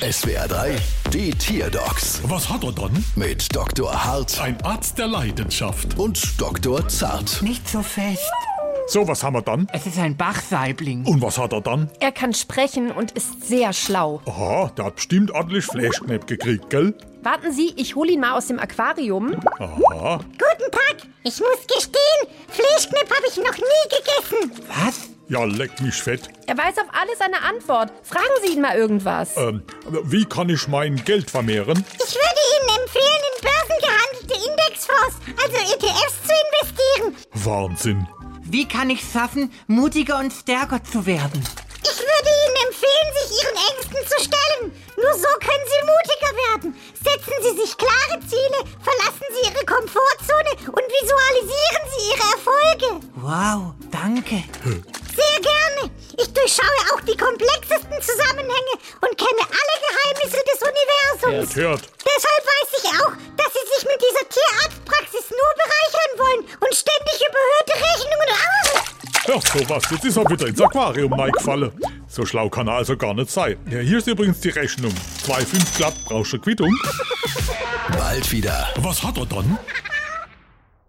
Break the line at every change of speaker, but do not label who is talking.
SWR 3, die Tierdocs
Was hat er dann?
mit Dr. Hart
Ein Arzt der Leidenschaft.
und Dr. Zart.
Nicht so fest.
So, was haben wir dann?
Es ist ein Bachsaibling.
Und was hat er dann?
Er kann sprechen und ist sehr schlau.
Aha, der hat bestimmt ordentlich Flashknepp gekriegt, gell?
Warten Sie, ich hole ihn mal aus dem Aquarium.
Aha.
Guten Tag, ich muss gestehen, Fleischknepp habe ich noch nie gegessen.
Was?
Ja, leck mich fett.
Er weiß auf alles eine Antwort. Fragen Sie ihn mal irgendwas.
Ähm, wie kann ich mein Geld vermehren?
Ich würde Ihnen empfehlen, in börsengehandelte Indexfonds, also ETFs, zu investieren.
Wahnsinn.
Wie kann ich schaffen, mutiger und stärker zu werden?
Ich würde Ihnen empfehlen, sich Ihren Ängsten zu stellen. Nur so können Sie mutiger werden. Setzen Sie sich klare Ziele, verlassen Sie Ihre Komfortzone und visualisieren Sie Ihre Erfolge.
Wow, danke.
Sehr gerne. Ich durchschaue auch die komplexesten Zusammenhänge und kenne alle Geheimnisse des Universums.
Hört.
Deshalb weiß ich auch, dass Sie sich mit dieser Tierarztpraxis nur bereichern wollen und ständig überhöhte Rechnungen Ah!
Ja, sowas. Jetzt ist er wieder ins Aquarium reingefallen. So schlau kann er also gar nicht sein. Ja, hier ist übrigens die Rechnung. 2,5 glatt, brauchst du Quittung.
Bald wieder.
Was hat er dann?